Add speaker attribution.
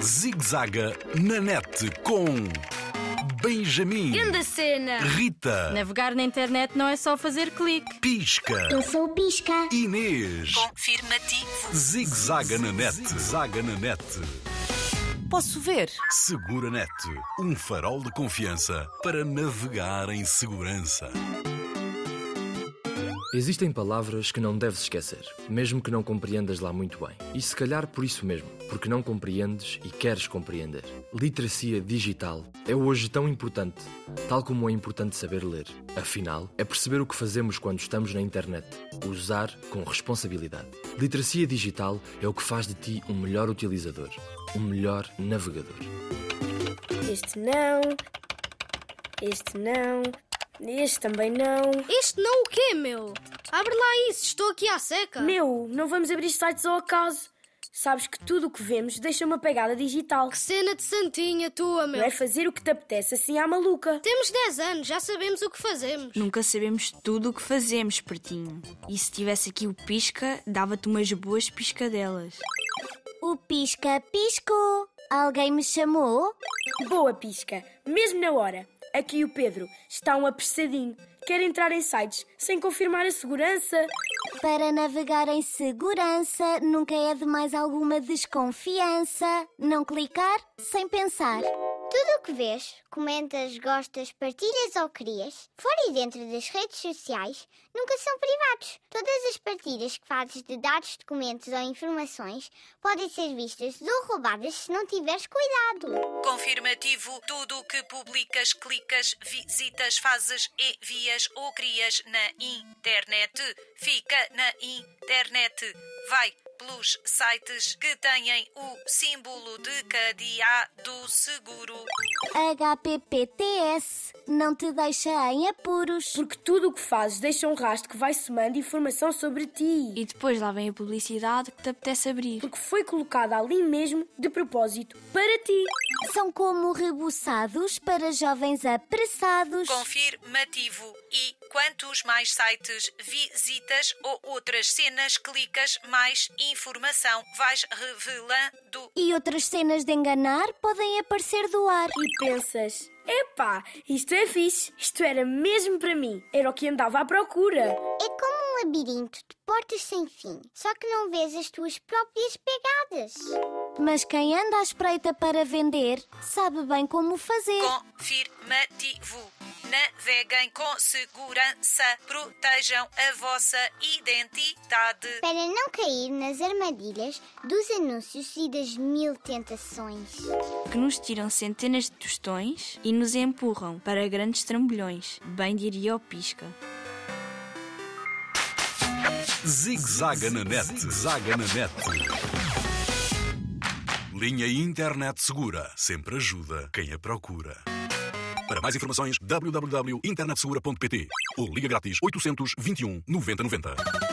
Speaker 1: Zigzaga na net com Benjamin,
Speaker 2: Grande cena!
Speaker 1: Rita,
Speaker 3: Navegar na internet não é só fazer clique.
Speaker 1: Pisca,
Speaker 4: Eu sou o Pisca.
Speaker 1: Inês.
Speaker 5: Confirmativo.
Speaker 1: Zigzaga na net, zaga na net.
Speaker 5: Posso ver?
Speaker 1: Segura net, um farol de confiança para navegar em segurança.
Speaker 6: Existem palavras que não deves esquecer, mesmo que não compreendas lá muito bem. E se calhar por isso mesmo, porque não compreendes e queres compreender. Literacia digital é hoje tão importante, tal como é importante saber ler. Afinal, é perceber o que fazemos quando estamos na internet, usar com responsabilidade. Literacia digital é o que faz de ti um melhor utilizador, um melhor navegador.
Speaker 7: Este não. Este não. Este também não.
Speaker 2: Este não o quê, meu? Abre lá isso, estou aqui à seca.
Speaker 7: Meu, não vamos abrir sites ao acaso. Sabes que tudo o que vemos deixa uma pegada digital.
Speaker 2: Que cena de santinha tua, meu.
Speaker 7: Não é fazer o que te apetece assim à maluca.
Speaker 2: Temos 10 anos, já sabemos o que fazemos.
Speaker 8: Nunca sabemos tudo o que fazemos, pertinho. E se tivesse aqui o pisca, dava-te umas boas piscadelas.
Speaker 4: O Pisca piscou. Alguém me chamou?
Speaker 7: Boa pisca, mesmo na hora. Aqui o Pedro está um apressadinho. Quer entrar em sites sem confirmar a segurança.
Speaker 4: Para navegar em segurança, nunca é de mais alguma desconfiança. Não clicar sem pensar.
Speaker 9: Tudo o que vês, comentas, gostas, partilhas ou crias, fora e dentro das redes sociais, nunca são privados. Todas as partilhas que fazes de dados, documentos ou informações podem ser vistas ou roubadas se não tiveres cuidado.
Speaker 5: Confirmativo. Tudo o que publicas, clicas, visitas, fazes, envias ou crias na internet fica na internet. Vai pelos sites que têm o símbolo de cadeado seguro.
Speaker 4: HPPTS não te deixa em apuros.
Speaker 7: Porque tudo o que fazes deixa um rastro que vai somando informação sobre ti.
Speaker 8: E depois lá vem a publicidade que te apetece abrir.
Speaker 7: Porque foi colocada ali mesmo, de propósito, para ti.
Speaker 4: São como rebuçados para jovens apressados.
Speaker 5: Confirmativo. E quantos mais sites, visitas ou outras cenas clicas, mais informação vais revelando.
Speaker 4: E outras cenas de enganar podem aparecer do ar.
Speaker 7: e pensas: epá, isto é fixe, isto era mesmo para mim, era o que andava à procura.
Speaker 9: É como um labirinto de portas sem fim, só que não vês as tuas próprias pegadas.
Speaker 4: Mas quem anda à espreita para vender sabe bem como o fazer.
Speaker 5: Confirmativo. Naveguem com segurança. Protejam a vossa identidade.
Speaker 9: Para não cair nas armadilhas dos anúncios e das mil tentações.
Speaker 8: Que nos tiram centenas de tostões e nos empurram para grandes trambolhões. Bem diria o pisca.
Speaker 1: Zigzaga na net, zaga na net. Linha Internet Segura sempre ajuda quem a procura. Para mais um informações, www.internetsegura.pt ou liga grátis 821 9090.